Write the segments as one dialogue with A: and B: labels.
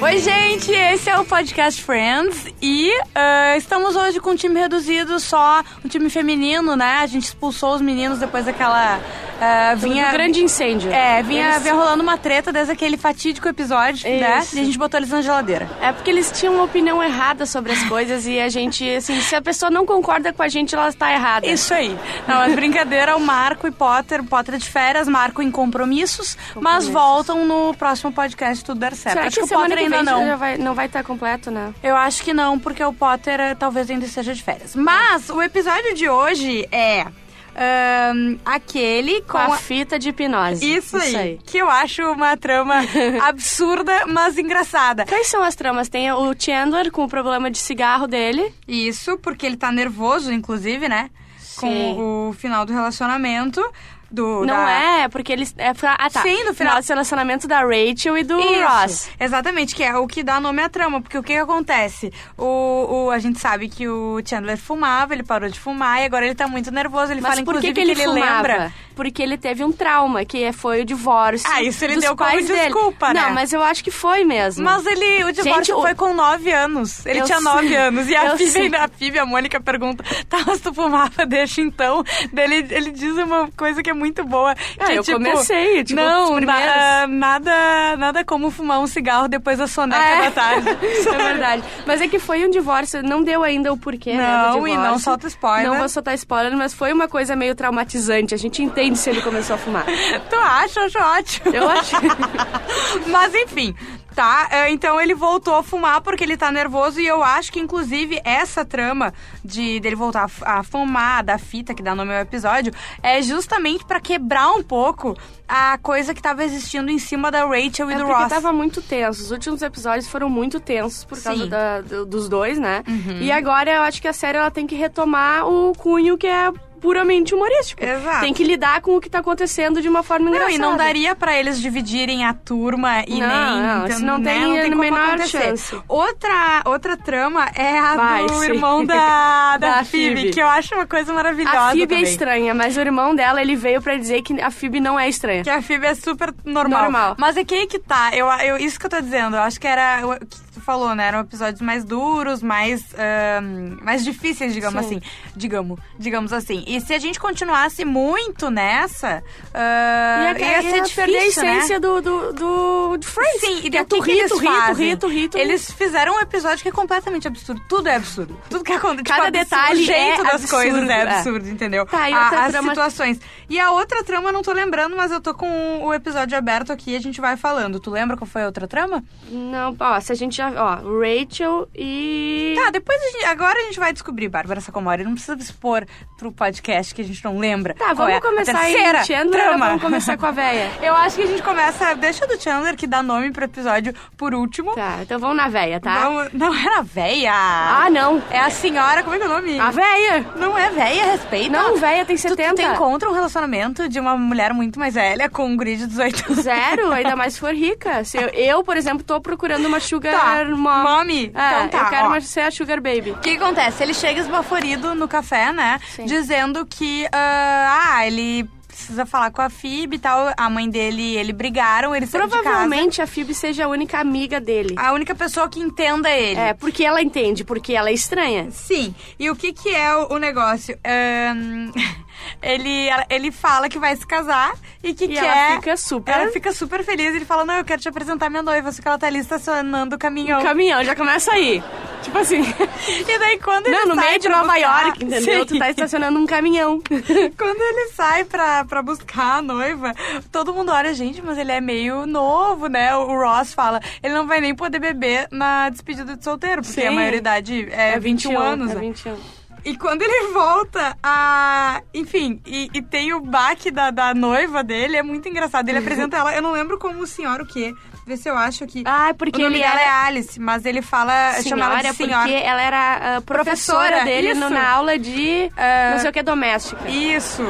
A: Oi, gente, esse é o Podcast Friends e ah, estamos hoje com um time reduzido, só um time feminino, né? A gente expulsou os meninos depois daquela. ah, vinha.
B: Um grande incêndio.
A: É, vinha,
B: Eles-
A: vinha rolando uma treta desde aquele fatídico episódio, né?
B: Isso.
A: E a gente botou eles na geladeira.
B: É porque eles tinham uma opinião errada sobre as coisas e a gente, assim, se a pessoa não concorda com a gente, ela está errada.
A: Isso aí. Não, mas brincadeira, o Marco e Potter, o Potter é de férias, Marco em compromissos, mas voltam no próximo podcast se tudo der certo.
B: Será
A: Acho
B: que
A: é, o Potter
B: semana que
A: ainda
B: vem
A: não.
B: já vai, não vai estar completo, né?
A: Eu acho que não, porque o Potter eh, talvez ainda esteja de férias. Mas o episódio de hoje é ahn, aquele com
B: Com a
A: a-
B: fita de hipnose.
A: Isso, aí, que eu acho uma trama absurda, mas engraçada.
B: Quais são as tramas? Tem o Chandler com o problema de cigarro dele.
A: Isso, porque ele tá nervoso, inclusive, né?
B: Sim.
A: Com o final do relacionamento. Do,
B: Não
A: da-
B: é, porque eles. É, fra- ah, tá.
A: Sim, no final-
B: Do relacionamento da Rachel e do
A: Isso,
B: Ross.
A: Exatamente, que é o que dá nome à trama, porque o que, que acontece? O, o- a gente sabe que o Chandler fumava, ele parou de fumar e agora ele tá muito nervoso. Ele
B: Mas
A: fala,
B: por que,
A: inclusive,
B: que ele, fumava?
A: lembra.
B: Porque ele teve um trauma, que foi o divórcio.
A: Ah, isso ele
B: dos
A: deu como
B: pais dele.
A: desculpa, né?
B: Não, mas eu acho que foi mesmo.
A: Mas ele, o divórcio
B: Gente, o-
A: foi com 9 anos. Ele
B: Eu
A: tinha
B: sei,
A: 9 anos. E a
B: eu
A: Phoebe,
B: sei.
A: ainda- a Phoebe, a Mônica pergunta: tá, mas tu fumava, deixa então. Daí ele, ele diz uma coisa que é muito boa. que é,
B: Ah, eu
A: tipo,
B: comecei, tipo,
A: não,
B: os primeiros.
A: na- ah, nada, nada como fumar um cigarro depois da soneca
B: É.
A: da tarde.
B: É verdade. Mas é que foi um divórcio, não deu ainda o porquê, né, do
A: Não, e não
B: divórcio.
A: solta spoiler.
B: Não vou soltar spoiler, mas foi uma coisa meio traumatizante. A gente entende se ele começou a fumar.
A: Tu acha? Eu acho ótimo.
B: Eu acho.
A: Mas enfim, tá? É, Então ele voltou a fumar porque ele tá nervoso e eu acho que, inclusive, essa trama de dele voltar a fu- a fumar, da fita que dá nome ao episódio, é justamente pra quebrar um pouco a coisa que tava existindo em cima da Rachel e
B: É
A: do
B: porque
A: Ross.
B: tava muito tenso. Os últimos episódios foram muito tensos por causa
A: Sim. Uhum.
B: da- do- dos dois, né? E agora eu acho que a série ela tem que retomar o cunho que é puramente humorístico.
A: Exato.
B: Tem que lidar com o que tá acontecendo de uma forma
A: Não,
B: engraçada.
A: e não daria pra eles dividirem a turma e
B: Não,
A: nem.
B: não,
A: então,
B: isso não
A: né,
B: tem
A: não tem
B: a
A: como
B: menor
A: acontecer.
B: chance.
A: Outra, outra trama é a
B: Vai,
A: do
B: sim.
A: irmão da, da,
B: Da
A: Phoebe,
B: Phoebe.
A: que eu acho uma coisa maravilhosa.
B: A Phoebe é
A: também.
B: estranha, mas o irmão dela, ele veio pra dizer que a Phoebe não é estranha.
A: Que a FIB é super normal.
B: Normal.
A: Mas é que aí que tá. Eu, eu, isso que eu tô dizendo. Eu acho que era o que tu falou, né? Eram episódios mais duros, mais, ahn, mais difíceis, digamos
B: Sim.
A: assim. Digamos, digamos assim. E se a gente continuasse muito nessa, ah, ia,
B: ia,
A: ser
B: perder a
A: difícil, né?
B: essência do, do, do, do Friends.
A: Sim, e
B: Que
A: daí
B: é
A: o que, que
B: tu ri,
A: eles
B: tu ri, tu
A: fazem?
B: ri, tu ri, tu ri.
A: Eles fizeram um episódio que é completamente absurdo. Tudo é absurdo. Tudo que acontece.
B: Cada
A: tipo, absurdo.
B: detalhe
A: O jeito
B: é
A: das
B: absurdo,
A: coisas é
B: é.
A: absurdo, entendeu?
B: Tá, e
A: A-
B: outra
A: As
B: trama-
A: situações. E a outra trama, eu não tô lembrando, mas eu tô com o episódio aberto aqui e a gente vai falando. Tu lembra qual foi a outra trama?
B: Não, ó, se a gente já... Ó, Rachel e...
A: Tá, depois a gente, agora a gente vai descobrir, Bárbara Sacomori. Não precisa expor pro podcast que a gente não lembra.
B: Tá,
A: qual
B: vamos
A: é a
B: começar aí
A: terceira
B: em Chandler,
A: trama.
B: vamos começar com a véia.
A: Eu acho que a gente começa. Deixa do Chandler que dá nome pro episódio por último.
B: Tá, então vamos na véia, tá?
A: Vamos- Não, era a véia.
B: Ah, não.
A: É a senhora, como é que é o nome?
B: A véia.
A: Não é velha, respeita.
B: Não, véia tem
A: Tu, tu
B: 70.
A: tem contra um relacionamento de uma mulher muito mais velha com um grid de 18 anos.
B: Zero, ainda mais se for rica. Se eu, eu, por exemplo, tô procurando uma sugar
A: Tá.
B: mom.
A: Mommy?
B: É,
A: Então tá,
B: eu quero
A: ó.
B: uma, ser a sugar baby.
A: O que acontece? Ele chega esbaforido no café, né?
B: Sim.
A: Dizendo que, ah, ah, ele precisa falar com a Fib e tal. A mãe dele e ele brigaram, ele saiu de casa.
B: Provavelmente a Phoebe seja a única amiga dele.
A: A única pessoa que entenda ele.
B: É, porque ela entende, porque ela é estranha.
A: Sim. E o que que é o, o negócio? Ahn, ele, ele fala que vai se casar e que
B: E
A: quer...
B: ela fica super...
A: Ela fica super feliz. Ele fala: Não, eu quero te apresentar minha noiva, só que ela tá ali estacionando o caminhão.
B: Caminhão, já começa aí. Tipo assim...
A: E daí, quando ele
B: Não, no
A: sai
B: meio de
A: pra
B: Nova
A: buscar-
B: York, entendeu?
A: Sim.
B: Tu tá estacionando um caminhão.
A: Quando ele sai pra, pra buscar a noiva, todo mundo olha, gente, mas ele é meio novo, né? O Ross fala: Ele não vai nem poder beber na despedida de solteiro, porque
B: Sim.
A: a maioridade é, 21 anos.
B: É
A: né?
B: 21.
A: E quando ele volta, a. Enfim, e, e tem o baque da, da noiva dele, é muito engraçado. Ele apresenta ela, eu não lembro como senhora o quê. Vê se eu acho que.
B: Ah, é porque
A: o nome
B: ele
A: dela
B: era-
A: é Alice, mas ele fala. chama ela
B: senhora, é
A: de senhora.
B: porque ela era ah, professora,
A: Professora,
B: dele
A: isso.
B: no- na aula de
A: Ah.
B: não sei o que doméstica.
A: Isso.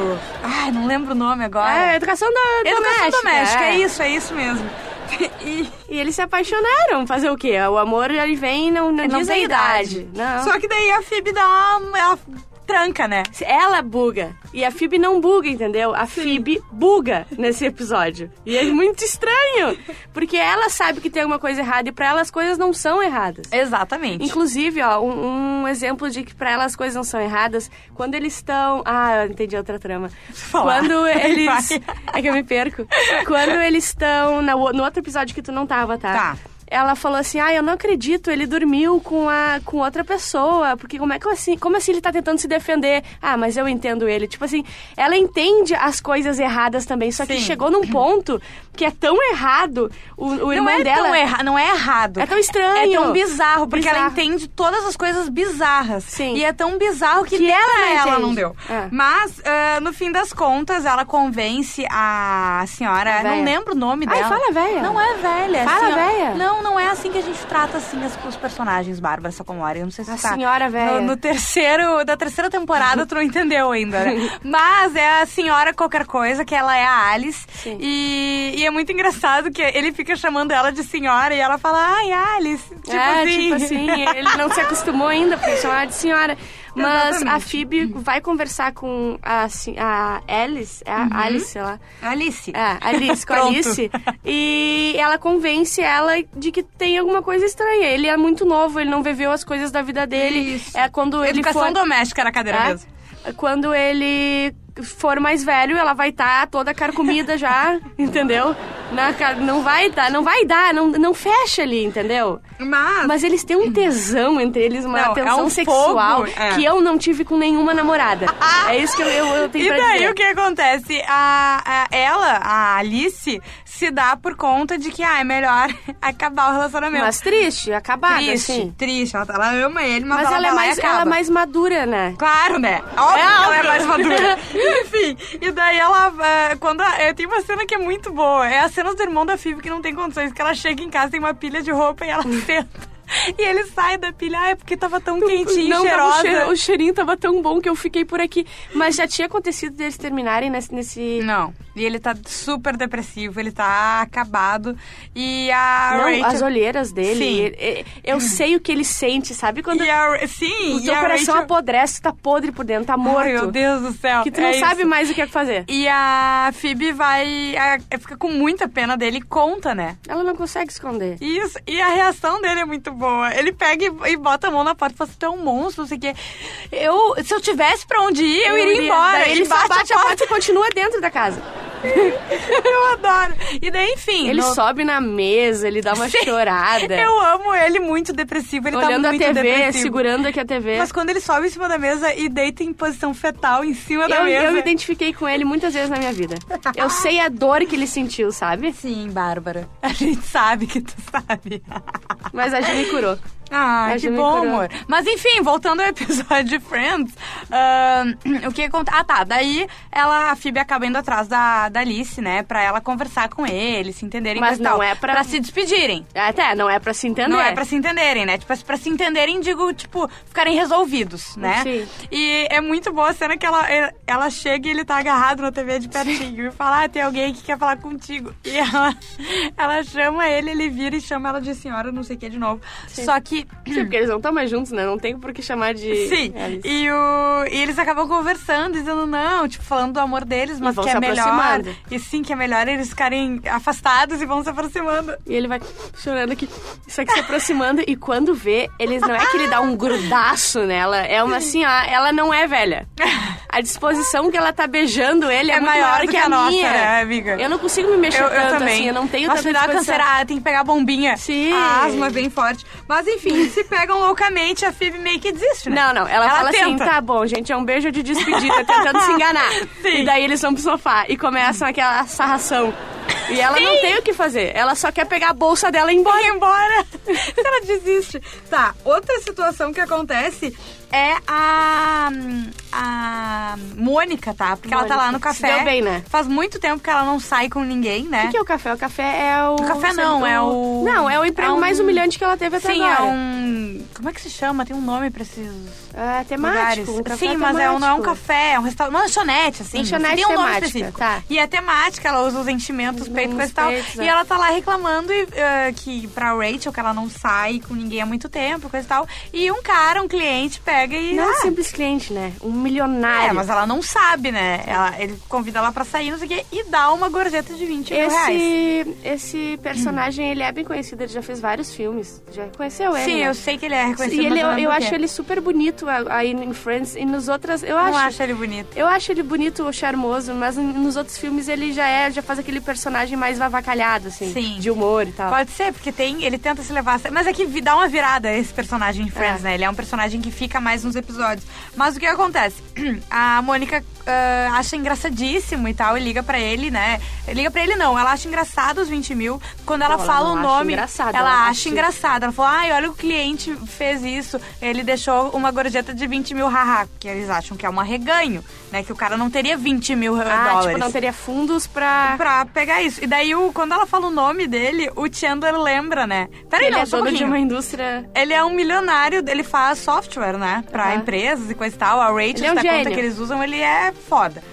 A: Ai, não lembro o nome
B: É,
A: agora.
B: educação da
A: Educação
B: doméstica.
A: doméstica, é.
B: é.
A: isso, é isso mesmo. E.
B: E eles se apaixonaram. Fazer o quê? O amor ele vem e não, não
A: Não
B: diz a
A: tem
B: idade.
A: idade.
B: Não.
A: Só que daí a Phoebe dá uma. Ela tranca, né?
B: Ela buga. E a Phoebe não buga, entendeu? A Phoebe buga nesse episódio. E é muito estranho. Porque ela sabe que tem alguma coisa errada e pra ela as coisas não são erradas.
A: Exatamente.
B: Inclusive, ó, um, um exemplo de que pra ela as coisas não são erradas, quando eles estão. Ah, eu entendi outra trama.
A: Falar.
B: Quando eles.
A: Vai.
B: É que eu me perco. Quando eles estão. na o- No outro episódio que tu não tava, tá?
A: Tá.
B: Ela falou assim: Ah, eu não acredito, ele dormiu com, a, com outra pessoa, porque como é que assim? Como assim ele tá tentando se defender? Ah, mas eu entendo ele. Tipo assim, ela entende as coisas erradas também, só que
A: Sim.
B: chegou num ponto que é tão errado o, o
A: Não
B: irmão
A: é,
B: dela.
A: tão erra, não é errado.
B: É tão estranho.
A: É tão bizarro, porque ela
B: Bizarro.
A: entende todas as coisas bizarras.
B: Sim.
A: E é tão bizarro que,
B: Que
A: nem
B: ela
A: pra
B: não
A: ela
B: entende.
A: não deu.
B: É.
A: Mas, ah, no fim das contas, ela convence a senhora.
B: A véia.
A: não lembro o nome
B: Ai,
A: dela.
B: fala véia.
A: Não é velha. é
B: Fala
A: senhora-
B: véia.
A: Não, não é assim que a gente trata assim as- os personagens, Bárbara Sacomori. Eu não sei se
B: A
A: tá
B: senhora
A: no,
B: velha.
A: no terceiro, da terceira temporada, tu não entendeu ainda, né? Mas é a senhora qualquer coisa, que ela é a Alice.
B: Sim.
A: E, e é muito engraçado que ele fica chamando ela de senhora e ela fala, ai, Alice. Tipo
B: é,
A: assim.
B: tipo assim, ele não se acostumou ainda porque chamava de senhora. Mas a
A: Exatamente.
B: Phoebe vai conversar com a, sen- a Alice, é a Alice, sei lá.
A: Alice.
B: É, Alice, com
A: Uhum.
B: a
A: Pronto.
B: Alice. E ela convence ela de que tem alguma coisa estranha. Ele é muito novo, ele não viveu as coisas da vida dele.
A: Isso.
B: É quando ele
A: Educação
B: for...
A: doméstica era a cadeira
B: É.
A: mesmo.
B: Quando ele for mais velho, ela vai estar toda carcomida já, entendeu? Na ca- não vai dar, não vai dar, não, não fecha ali, entendeu?
A: Mas,
B: Mas eles têm um tesão entre eles, uma
A: Não, é
B: tensão
A: um
B: sexual
A: fogo, é.
B: que eu não tive com nenhuma namorada. É isso que eu, eu, eu tenho
A: e
B: pra
A: daí
B: dizer.
A: o que acontece? A, a- ela, a Alice, se dá por conta de que ah, é melhor acabar o relacionamento.
B: Mas triste, acabada,
A: triste,
B: assim.
A: triste. Ela, ela ama ele, mas,
B: Mas
A: ela,
B: ela
A: vai lá
B: é,
A: e
B: mais, ela é
A: acaba.
B: mais madura, né?
A: Claro, né? Óbvio
B: É
A: que ela é
B: óbvio.
A: mais madura. Enfim, e daí ela. eh, quando a- eh, Tem uma cena que é muito boa. É as cenas do irmão da Phoebe que não tem condições, que ela chega em casa, tem uma pilha de roupa e ela senta. E ele sai da pilha, ah, é porque tava tão quentinha e
B: Não, tava
A: cheirosa.
B: o, cheiro- o cheirinho tava tão bom que eu fiquei por aqui. Mas já tinha acontecido deles terminarem nesse. nesse...
A: Não, e ele tá super depressivo, ele tá acabado. E a
B: Não,
A: Rachel.
B: as olheiras dele.
A: Sim.
B: ele- ele- Eu sei o que ele sente, sabe? Quando
A: E a- Sim,
B: o
A: e
B: teu
A: a
B: coração
A: Rachel...
B: apodrece, tá podre por dentro, tá morto.
A: Ai, Meu Deus do céu.
B: Que tu não
A: é
B: sabe
A: isso.
B: mais o que é que fazer.
A: E a Phoebe vai. a- fica com muita pena dele e conta, né?
B: Ela não consegue esconder.
A: Isso, e a reação dele é muito boa. Ele pega e, e bota a mão na porta e fala assim, tu é um monstro, não sei o quê. Eu, se eu tivesse pra onde ir, eu, iria embora.
B: Daí Ele
A: Ele
B: só
A: bate,
B: bate a porta e continua dentro da casa.
A: eu adoro. E daí, enfim...
B: Ele
A: no-
B: sobe na mesa, ele dá uma chorada.
A: Eu amo ele muito depressivo, ele
B: olhando
A: tá
B: a
A: muito
B: TV,
A: depressivo. Tá
B: segurando aqui a TV.
A: Mas quando ele sobe em cima da mesa e deita em posição fetal em cima da
B: Eu,
A: mesa...
B: eu me identifiquei com ele muitas vezes na minha vida. Eu sei a dor que ele sentiu, sabe?
A: Sim, Bárbara. A gente sabe que tu sabe.
B: Mas a Ju me curou.
A: Ah,
B: Mas
A: que
B: me
A: bom,
B: curou.
A: amor. Mas enfim, voltando ao episódio de Friends, ahn, o que acontece? Ah, tá. Daí ela, a Phoebe acaba indo atrás da, da Alice, né? Pra ela conversar com ele, se entenderem
B: Mas
A: e tal.
B: não é pra-
A: se despedirem.
B: Até, não é pra se entender.
A: Não é pra se entenderem, né? Tipo, pra se entenderem, digo, tipo, ficarem resolvidos, né?
B: Sim.
A: E é muito boa a cena que ela, é, ela chega e ele tá agarrado na TV de pertinho e fala, ah, tem alguém que quer falar contigo. E ela, ela chama ele, ele vira e chama ela de senhora, não sei o que de novo. Só que
B: Sim, porque eles não estão mais juntos, né? Não tem por que chamar de.
A: Sim.
B: Alice.
A: E, o- e eles acabam conversando, dizendo não, tipo, falando do amor deles, mas
B: vão
A: que é
B: se
A: melhor.
B: aproximando.
A: E sim, que é melhor eles ficarem afastados e vão se aproximando.
B: E ele vai chorando aqui, isso aqui se aproximando. E quando vê, eles não é que ele dá um grudaço nela, é uma assim, ó, ela não é velha. A disposição que ela tá beijando ele é,
A: É
B: muito
A: maior
B: maior
A: do que
B: a,
A: a nossa,
B: minha.
A: né, amiga?
B: Eu não consigo me mexer
A: Eu, eu
B: tanto
A: também.
B: assim, eu não tenho
A: Nossa, me
B: tanta
A: dá uma
B: disposição.
A: canseira, ah, tem que pegar a bombinha.
B: Sim.
A: A asma é bem forte. Mas enfim, se pegam loucamente, a Phoebe meio que desiste, né?
B: Não, não, ela, fala assim,
A: tenta.
B: tá bom, gente, é um beijo de despedida, tentando se enganar.
A: Sim.
B: E daí eles vão pro sofá e começam aquela sarração. E ela não tem o que fazer, ela só quer pegar a bolsa dela e ir embora.
A: Bora embora! ela desiste. Tá, outra situação que acontece é a. a Mônica, tá? Porque ela tá lá no
B: Mônica, se
A: café.
B: deu bem, né?
A: Faz muito tempo que ela não sai com ninguém, né?
B: O que é o café? O café é o.
A: O café não, é o-
B: Não, é o emprego
A: é um-
B: mais humilhante que ela teve até
A: Sim,
B: agora.
A: é um. Como é que se chama? Tem um nome pra esses
B: É
A: lugares.
B: temático. um café
A: Sim, mas é um- não é um
B: temático.
A: café, é um restaurante. Uma lanchonete, assim.
B: Lanchonete
A: tem um nome
B: temática,
A: específico.
B: tá.
A: E é temática, ela usa os enchimentos
B: Os
A: peito,
B: Nos
A: coisa e tal.
B: peitos,
A: E
B: é.
A: ela tá lá reclamando e, ah, que pra Rachel que ela não sai com ninguém há muito tempo, coisa e tal. E um cara, um cliente, pega e.
B: Não é
A: ah,
B: simples cliente, né? Um
A: é,
B: milionário.
A: mas ela não sabe, né? Ela, ele convida ela pra sair, não sei o quê, e dá uma gorjeta de 20 mil tipo reais.
B: Esse, esse personagem, ele é bem conhecido, ele já fez vários filmes. Já conheceu ele?
A: Sim,
B: né?
A: eu sei que ele é reconhecido.
B: E
A: mas
B: ele, eu,
A: não lembro
B: eu
A: o quê.
B: acho ele super bonito a- aí em Friends e nos outras. Eu
A: Não
B: acho.
A: acho ele bonito.
B: Eu acho ele bonito, charmoso, mas em- nos outros filmes ele já é, já faz aquele personagem mais vavacalhado, assim,
A: Sim.
B: de humor e tal.
A: Pode ser, porque tem, ele tenta se levar. a sério. Mas é que vi- dá uma virada esse personagem em Friends,
B: É.
A: né? Ele é um personagem que fica mais nos episódios. Mas o que acontece? A Mônica ah, acha engraçadíssimo e tal, e liga pra ele, né? Liga pra ele não, ela acha engraçado os 20 mil. Quando ela
B: Não, ela
A: fala
B: não
A: o
B: acha
A: nome,
B: engraçado,
A: ela,
B: ela
A: acha
B: acha-
A: engraçado. Ela fala, ai, olha o cliente fez isso, ele deixou uma gorjeta de 20 mil, haha. Que eles acham que é um arreganho, né? Que o cara não teria 20 mil
B: ah,
A: dólares
B: tipo, não teria fundos pra.
A: pra pegar isso. E daí, o, quando ela fala o nome dele, o Chandler lembra, né? Peraí,
B: ele
A: não,
B: é
A: só um
B: dono de
A: pouquinho.
B: uma indústria.
A: Ele é um milionário, ele faz software, né? Pra
B: Aham.
A: empresas e coisa e tal. A Rachel
B: Ele é um
A: se dá conta
B: gênio.
A: que eles usam, ele é foda.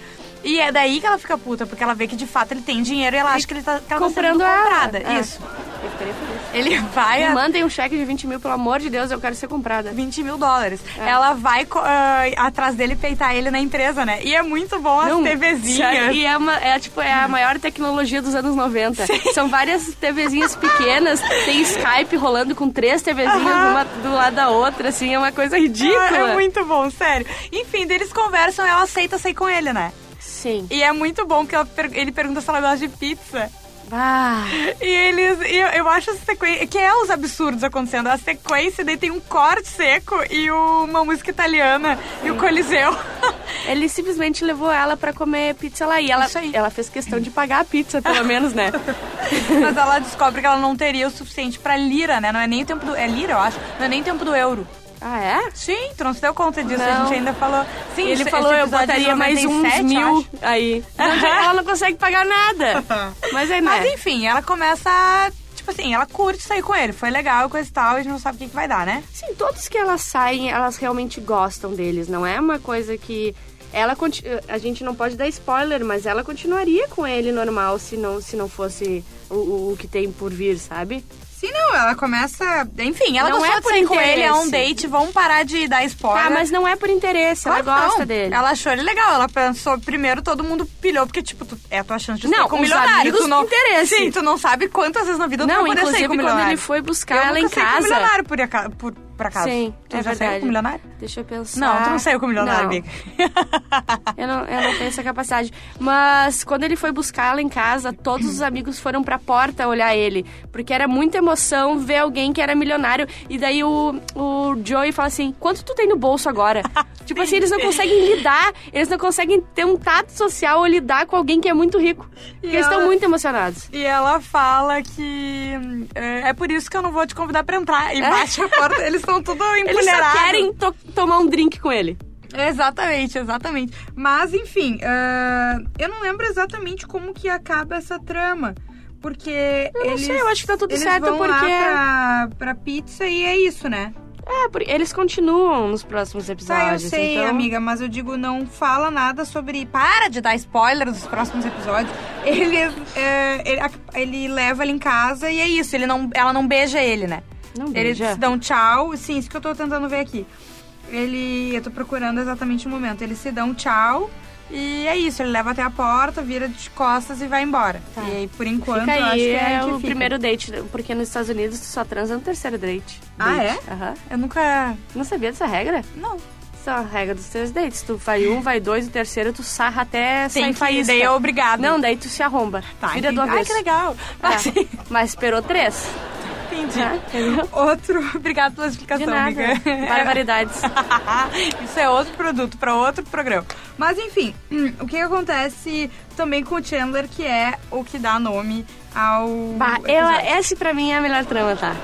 A: E é daí que ela fica puta, porque ela vê que de fato ele tem dinheiro e ela acha que, ele tá, que ela tá sendo
B: Comprando a.
A: comprada.
B: é.
A: Isso.
B: Eu ficaria feliz.
A: Ele vai.
B: Me
A: a-
B: mandem um cheque de 20 mil, pelo amor de Deus, eu quero ser comprada.
A: 20 mil dólares.
B: É.
A: Ela vai co- ah, atrás dele peitar ele na empresa, né? E é muito bom as
B: Não, sério,
A: TVzinhas.
B: E é, uma, é, tipo, é a maior tecnologia dos anos 90. São várias TVzinhas pequenas, tem Skype rolando com três TVzinhas
A: Aham.
B: uma do lado da outra, assim, é uma coisa ridícula.
A: Ah, É muito bom, sério. Enfim, daí eles conversam e ela aceita sair com ele, né?
B: Sim.
A: E é muito bom que ela per- ele pergunta se ela gosta de pizza.
B: Ah,
A: E eles. e eu, eu acho essa sequência. Que é os absurdos acontecendo. A sequência, daí tem um corte seco e o- uma música italiana e o Coliseu.
B: ele simplesmente levou ela pra comer pizza lá. E ela,
A: Isso aí.
B: ela fez questão de pagar a pizza, pelo menos, né?
A: Mas ela descobre que ela não teria o suficiente pra lira, né? Não é nem o tempo do. É lira, eu acho. Não é nem o tempo do euro.
B: Ah, é?
A: Sim, tu não se deu conta disso. A
B: Não.
A: gente ainda falou. Sim,
B: ele
A: esse-
B: falou,
A: esse
B: eu
A: episódio de
B: botaria mais uns
A: 97, eu
B: mil
A: acho.
B: aí. Não, gente, ela não consegue pagar nada. Mas aí, né?
A: Mas é, enfim, ela começa. a- Tipo assim, ela curte sair com ele. Foi legal, coisa e tal. A gente não sabe o que, que vai dar, né?
B: Sim, todos que elas saem, elas realmente gostam deles. Não é uma coisa que. Ela conti- A gente não pode dar spoiler, mas ela continuaria com ele normal se não, se não fosse o, o- o que tem por vir, sabe?
A: Sim, não, ela começa. Enfim, ela
B: Não
A: gostou
B: é
A: de
B: por
A: sair com ele, é um
B: interesse.
A: date, vamos parar de dar spoiler.
B: Tá, mas não é por interesse,
A: Claro
B: ela
A: que
B: gosta
A: Ah, não.
B: dele.
A: Ela achou ele legal, ela pensou, primeiro todo mundo pilhou, porque, tipo, tu, é a tua chance de
B: Não,
A: sair com um
B: os
A: milionário.
B: amigos
A: Tu não,
B: que interesse.
A: Sim, tu não sabe quantas vezes na vida tu
B: não,
A: vai poder sair
B: inclusive
A: com um
B: quando
A: milionário.
B: ele foi buscar
A: eu
B: ela
A: nunca
B: em
A: saí com um
B: casa.
A: milionário, por, aca- por, por acaso.
B: Sim,
A: tu já
B: é
A: saiu
B: verdade.
A: com um milionário?
B: Deixa eu pensar.
A: Não, tu não saiu com um milionário,
B: Não.
A: amiga.
B: Eu não, eu não tenho essa capacidade. Mas quando ele foi buscar ela em casa, todos os amigos foram pra porta olhar ele. Porque era muita emoção ver alguém que era milionário. E daí o, o Joey fala assim: quanto tu tem no bolso agora? tipo assim, eles não conseguem lidar, eles não conseguem ter um tato social ou lidar com alguém que é muito rico. Porque eles estão
A: ela-
B: muito emocionados.
A: E ela fala que hum, é, é por isso que eu não vou te convidar pra entrar. E bate a porta, eles estão tudo
B: É. Eles só
A: empolherados.
B: querem to- tomar um drink com ele.
A: Exatamente, exatamente. Mas, enfim, ah, eu não lembro exatamente como que acaba essa trama. Porque
B: Eu não
A: eles,
B: sei, eu acho que tá tudo
A: eles
B: certo
A: vão
B: porque.
A: lá pra, pra pizza e é isso, né?
B: É, porque eles continuam nos próximos episódios.
A: Tá, eu sei,
B: então...
A: amiga, mas eu digo, não fala nada sobre... Para de dar spoiler dos próximos episódios. Ele, é, ele, ele leva ela em casa e é isso. Ele não, ela não beija ele, né?
B: Não
A: Eles
B: beija.
A: se dão tchau. Sim, isso que eu tô tentando ver aqui. Ele. Eu tô procurando exatamente o momento. Eles se dão tchau. E é isso, ele leva até a porta, vira de costas e vai embora.
B: Tá.
A: E aí, por enquanto,
B: Fica
A: eu acho
B: aí,
A: que
B: é,
A: aí que
B: o
A: fica.
B: primeiro date, porque nos Estados Unidos tu só transa no terceiro date.
A: Ah,
B: Date. Aham.
A: Eu nunca.
B: Não sabia dessa regra?
A: Não.
B: Isso é uma regra dos três dates. Tu vai um, vai dois, o terceiro tu sarra
A: Tem
B: até sair
A: que ir,
B: faísca.
A: daí é obrigado.
B: tá. Não, daí tu se arromba.
A: tá.
B: Vira
A: entendi.
B: do
A: Ai,
B: avesso.
A: que legal. Mas,
B: É. Mas esperou três,
A: entendi.
B: tá? Entendeu?
A: Outro. Obrigado pela explicação,
B: De nada.
A: amiga.
B: Barbaridades.
A: Isso é outro produto para outro programa. Mas enfim, hum, o que acontece também com o Chandler, que é o que dá nome ao.
B: Bah, eu,
A: episódio.
B: essa pra mim é a melhor trama, tá?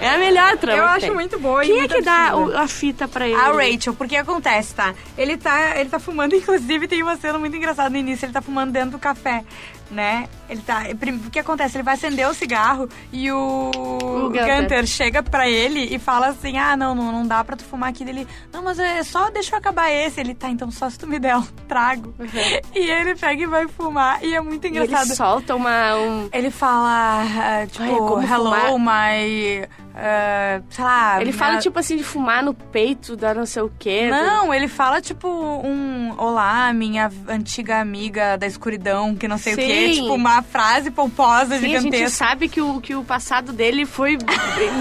B: É a melhor trama.
A: Eu
B: que
A: acho
B: tem.
A: muito boa. e
B: Quem é
A: muito
B: que dá
A: absurda.
B: o- a fita pra ele?
A: A Rachel, porque acontece, tá? Ele tá, ele tá fumando, inclusive tem uma cena muito engraçada no início, ele tá fumando dentro do café. né? Ele tá. prim- O que acontece? Ele vai acender o cigarro e o, o
B: Gunther.
A: Gunter chega pra ele e fala assim: Ah, não, não, não dá pra tu fumar aqui. Ele, não, mas é só deixa eu acabar esse. Ele tá, então só se tu me der um trago. E ele pega e vai fumar. E é muito
B: Uhum. E ele
A: engraçado.
B: solta uma. Um...
A: Ele fala, ah, tipo,
B: Ai, é como
A: hello,
B: fumar."
A: my. ah, sei lá.
B: Ele fala,
A: minha-
B: tipo assim, de fumar no peito da não sei o quê.
A: Não, ele fala, tipo, um olá, minha antiga amiga da escuridão, que não sei o quê.
B: Sim.
A: Tipo, uma frase pomposa,
B: Sim, a gente
A: gigantesca.
B: sabe que o, que o passado dele foi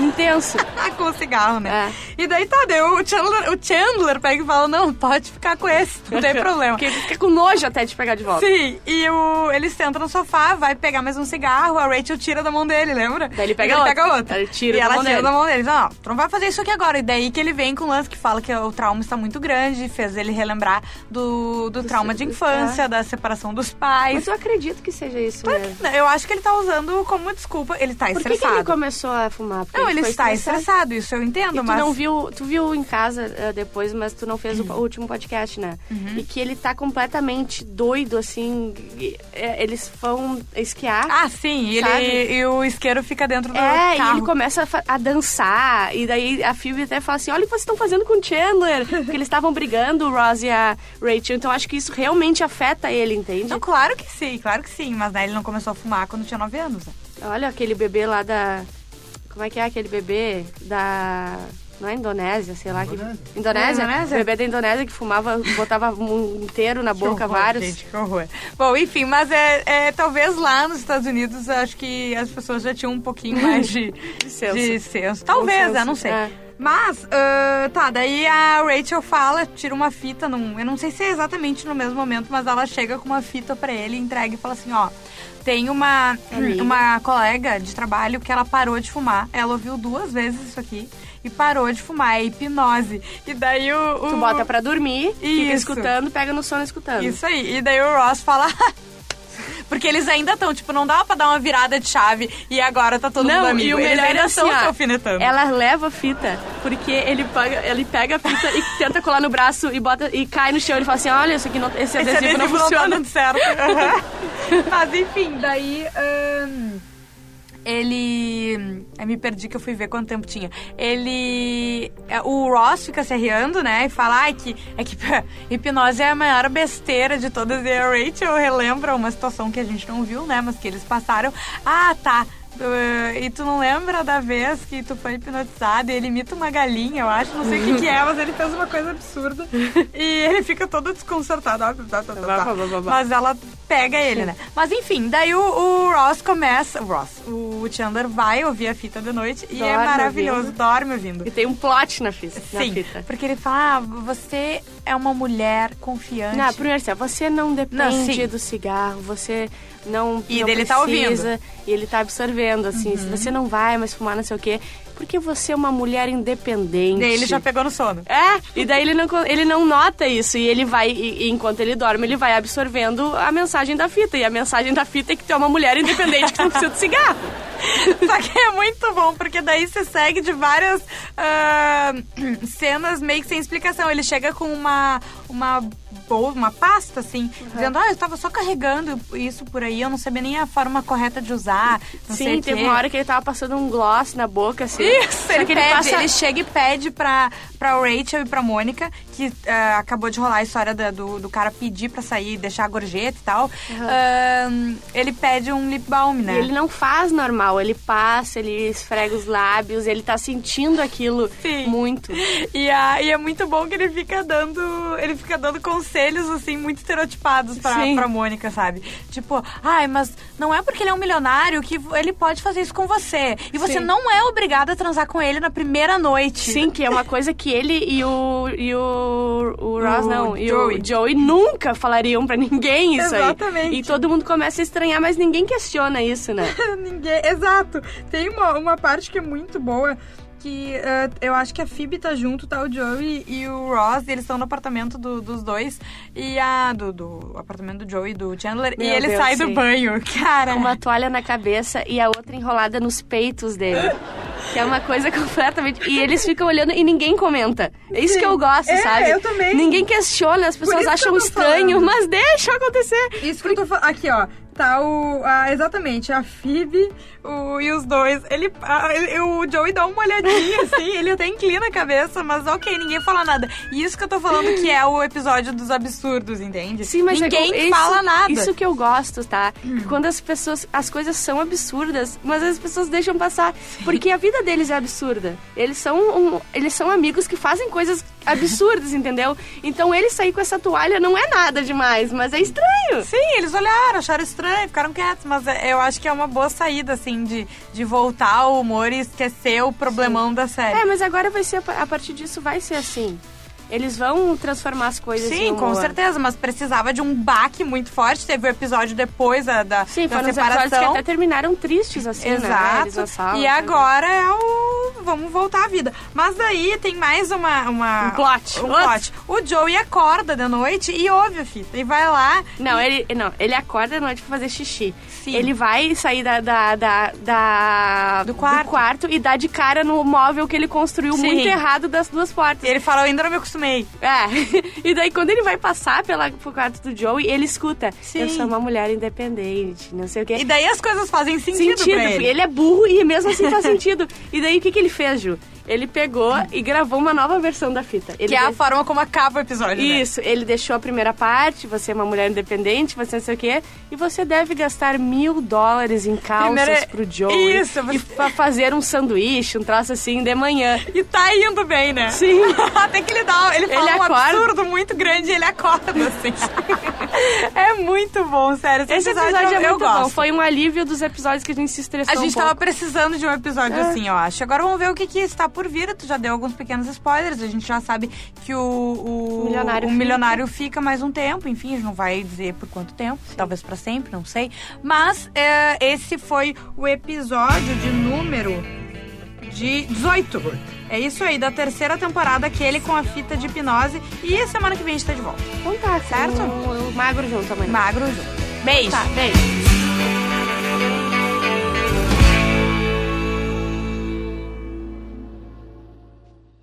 B: intenso.
A: Ah, com o cigarro, né?
B: É.
A: E daí tá, daí o Chandler, o Chandler pega e fala, não, pode ficar com esse, não tem problema.
B: Porque ele fica com nojo até de pegar de volta.
A: Sim, e o, ele senta no sofá, vai pegar mais um cigarro, a Rachel tira da mão dele, lembra?
B: Daí ele pega
A: e ele
B: outra.
A: pega outra.
B: Aí ele tira
A: e
B: da
A: ela
B: mão
A: tira
B: dele.
A: da mão dele. Não, não, tu não vai fazer isso aqui agora. E daí que ele vem com o lance que fala que o trauma está muito grande, fez ele relembrar do, do trauma de
B: do- é.
A: infância, da separação dos pais.
B: Mas eu acredito que seja isso mesmo.
A: Eu acho que ele tá usando como desculpa, ele tá
B: Por que, que
A: estressado.
B: ele começou a fumar? Porque
A: Não, ele
B: foi
A: está estressado, isso eu
B: E
A: entendo,
B: tu
A: mas...
B: não viu, tu viu em casa eh, depois, mas tu não fez o po- o último podcast, né?
A: Uhum.
B: E que ele tá completamente doido, assim. e, eh, eles vão esquiar.
A: Ah, sim, e,
B: Sabe?
A: ele, e o isqueiro fica dentro do
B: É, e
A: carro.
B: ele começa a, fa- a dançar, e daí a Phoebe até fala assim, olha o que vocês estão fazendo com o Chandler, porque eles estavam brigando, o Ross e a Rachel, então acho que isso realmente afeta ele, entende?
A: Não, claro que sim, claro que sim, mas né, ele não começou a fumar quando tinha 9 anos. né?
B: Olha aquele bebê lá da... Como é que é aquele bebê da... Não é Indonésia, sei lá. que-
C: Indonésia.
B: Indonésia?
A: É, Indonésia.
B: O bebê da Indonésia que fumava, botava um inteiro na boca,
A: Que horror,
B: vários.
A: Gente, que horror. Bom, enfim, mas é, é, talvez lá nos Estados Unidos acho que as pessoas já tinham um pouquinho mais de,
B: De senso.
A: de senso. Talvez,
B: senso,
A: né? Não sei.
B: é.
A: Mas, ah, tá, daí a Rachel fala, tira uma fita, num, eu não sei se é exatamente no mesmo momento, mas ela chega com uma fita pra ele, entrega e fala assim, ó, tem uma,
B: Amiga.
A: uma colega de trabalho que ela parou de fumar, ela ouviu duas vezes isso aqui e parou de fumar, é hipnose. E daí o... o
B: Tu bota pra dormir, fica
A: Isso.
B: escutando, pega no sono escutando.
A: isso aí. E daí o Ross fala. Porque eles ainda estão, tipo, não dá pra dar uma virada de chave e agora tá todo
B: não,
A: mundo amigo.
B: e o
A: eles
B: melhor é
A: ainda
B: assim,
A: estão se
B: ó,
A: alfinetando.
B: Ela leva a fita, porque ele, paga- ele pega a fita e tenta colar no braço e bota e cai no chão. Ele fala assim, olha, isso aqui não, esse,
A: Esse
B: adesivo,
A: adesivo
B: não
A: tá
B: funciona.
A: dando certo. Aham. Mas enfim, daí. ahn, ele. Eu me perdi que eu fui ver quanto tempo tinha. Ele. é, O Ross fica se arriando, né? E fala "Ai, que, é que hipnose é a maior besteira de todas. E a Rachel relembra uma situação que a gente não viu, né? Mas que eles passaram. Ah, tá. Uh, e tu não lembra da vez que tu foi hipnotizado e ele imita uma galinha, eu acho, não sei o que, que é, mas ele fez uma coisa absurda. e ele fica todo desconcertado. Ah, tá, tá, tá, tá.
B: Vá, vá, vá, vá.
A: Mas ela pega ele, né? Mas enfim, daí o, o Ross começa. O Ross, o Chandler vai ouvir a fita de noite e é
B: Dorme
A: maravilhoso,
B: ouvindo.
A: dorme ouvindo.
B: E tem um plot na, fita na
A: Sim,
B: fita.
A: porque ele fala: ah, você é uma mulher confiante.
B: Não, primeiro assim, ó, você não
A: Não,
B: depende
A: sim.
B: do cigarro, você não
A: E
B: não
A: dele tá Uhum.
B: precisa, E ele tá absorvendo, assim, se você não vai mais fumar não sei o quê, porque você é uma mulher independente.
A: e aí ele já pegou no sono.
B: É, e daí ele não, con- ele não nota isso e ele vai, e, e enquanto ele dorme, ele vai absorvendo a mensagem da fita. E a mensagem da fita é que tu é uma mulher independente que não precisa de cigarro.
A: Só que é muito bom, porque daí se segue de várias ah, cenas meio que sem explicação. Ele chega com uma, uma bolsa, uma pasta, assim,
B: Uhum.
A: dizendo, ah, eu tava só carregando isso por aí, eu não sabia nem a forma correta de usar, não sei
B: Sim,
A: o
B: teve
A: quê."
B: uma hora que ele tava passando um gloss na boca, assim.
A: Isso,
B: Só
A: ele,
B: que
A: pede, ele,
B: passa-
A: chega e pede pra, pra Rachel e pra Mônica, que ah, acabou de rolar a história da- do, do cara pedir pra sair, deixar a gorjeta e tal. Ahn, ele pede um lip balm, né?
B: E ele não faz normal, ele passa, ele esfrega os lábios, ele tá sentindo aquilo
A: Sim.
B: muito.
A: E, a- e é muito bom que ele fica dando. Ele fica dando conselhos, assim, muito estereotipados pra,
B: Sim.
A: pra Mônica, sabe? Tipo, ai, mas não é porque ele é um milionário que vo- ele pode fazer isso com você. E você
B: Sim.
A: não é obrigada a transar com ele na primeira noite.
B: Sim, que é uma coisa que ele e o. E o, o Ross,
A: o
B: não, e
A: Joey.
B: o Joey nunca falariam pra ninguém isso aí.
A: Exatamente.
B: E todo mundo começa a estranhar, mas ninguém questiona isso, né?
A: Ninguém. Exato. Tem uma, uma parte que é muito boa. Que eh, eu acho que a Phoebe tá junto, tá o Joey e o Ross, e eles estão no apartamento do- dos dois, e a. Do, do apartamento do Joey e do Chandler,
B: Meu
A: e ele
B: Deus,
A: sai do
B: sim.
A: banho. Cara.
B: Com uma toalha na cabeça e a outra enrolada nos peitos dele. Que é uma coisa completamente. E eles ficam olhando e ninguém comenta. É isso que eu gosto,
A: É,
B: sabe?
A: eu também.
B: Ninguém questiona, as pessoas
A: isso que
B: acham
A: eu tô
B: estranho,
A: falando.
B: mas deixa acontecer.
A: Isso que eu tô falando. Aqui, ó. tá o. a- exatamente, a Phoebe o- e os dois. Ele, a- ele- O Joey dá uma olhadinha, assim, ele até inclina a cabeça, mas ok, ninguém fala nada. E isso que eu tô falando que é o episódio dos absurdos, entende?
B: Sim, mas é
A: ninguém
B: que isso-
A: fala nada. Hum.
B: Isso que eu gosto, tá? Quando as pessoas. As coisas são absurdas, mas as pessoas deixam passar. Porque a vida deles é absurda. Eles são, um- eles são amigos que fazem coisas absurdas, entendeu? Então ele sair com essa toalha não é nada demais, mas é estranho.
A: Sim, eles olharam, acharam estranho, ficaram quietos, mas é- eu acho que é uma boa saída, assim, de, de voltar ao humor e esquecer o problemão da série.
B: É, mas agora vai ser. a pa- A partir disso vai ser assim. Eles vão transformar as coisas em um
A: Sim, com
B: humor.
A: certeza, mas precisava de um baque muito forte. Teve o episódio depois da, da,
B: Sim,
A: da
B: foram os episódios que
A: separação.
B: até terminaram tristes, assim, né? Eles
A: Exato.
B: na sala,
A: e
B: sabe?
A: agora é o. Vamos voltar à vida. Mas daí tem mais uma. uma...
B: Um plot.
A: Um plot. O Joey acorda de noite e ouve a fita. E vai lá.
B: Não, ele, não, ele acorda à noite pra fazer xixi.
A: Sim.
B: Ele vai sair da, da, da, da-
A: Do quarto.
B: e dá de cara no móvel que ele construiu
A: Sim.
B: muito errado das duas
A: E
B: portas.
A: ele fala: Eu ainda não me acostumei.
B: É. E daí, quando ele vai passar pela, pro quarto do Joey, ele escuta:
A: Sim.
B: Eu sou uma mulher independente, não sei o quê.
A: E daí as coisas fazem sentido, pra ele.
B: é porque ele é burro e mesmo assim faz sentido. E daí, o que, que ele fez, Ju? Ele pegou e gravou uma nova versão da fita. Ele
A: Que é a
B: fez-
A: forma como acaba o episódio. né?
B: Isso, ele deixou a primeira parte, você é uma mulher independente, você não sei o quê, e você deve gastar mil dólares em calças
A: Primeiro é-
B: pro Joey
A: Isso, você-
B: e pra fazer um sanduíche, um troço assim de manhã.
A: E tá indo bem, né?
B: Sim.
A: Até que ele dá. Ele fala
B: Ele
A: um
B: acorda.
A: absurdo muito grande e ele acorda, assim. é muito bom, sério.
B: Esse episódio
A: eu,
B: é
A: eu
B: muito bom,
A: gosto.
B: foi um alívio dos episódios que a gente se estressou
A: A gente
B: um
A: tava
B: pouco.
A: precisando de um episódio
B: É.
A: assim, eu acho. Agora vamos ver o que, que está por vir. Tu já deu alguns pequenos spoilers. A gente já sabe que o, o,
B: O milionário
A: o
B: fica.
A: milionário fica mais um tempo. Enfim, a gente não vai dizer por quanto tempo. Talvez pra sempre, não sei. Mas é, esse foi o episódio de número de 18. É isso aí, da terceira temporada, aquele com a fita de hipnose. E semana que vem a gente tá de volta.
B: Então tá,
A: Certo?
B: certo? magro junto amanhã.
A: Magro junto. Beijo!
B: Tá, beijo.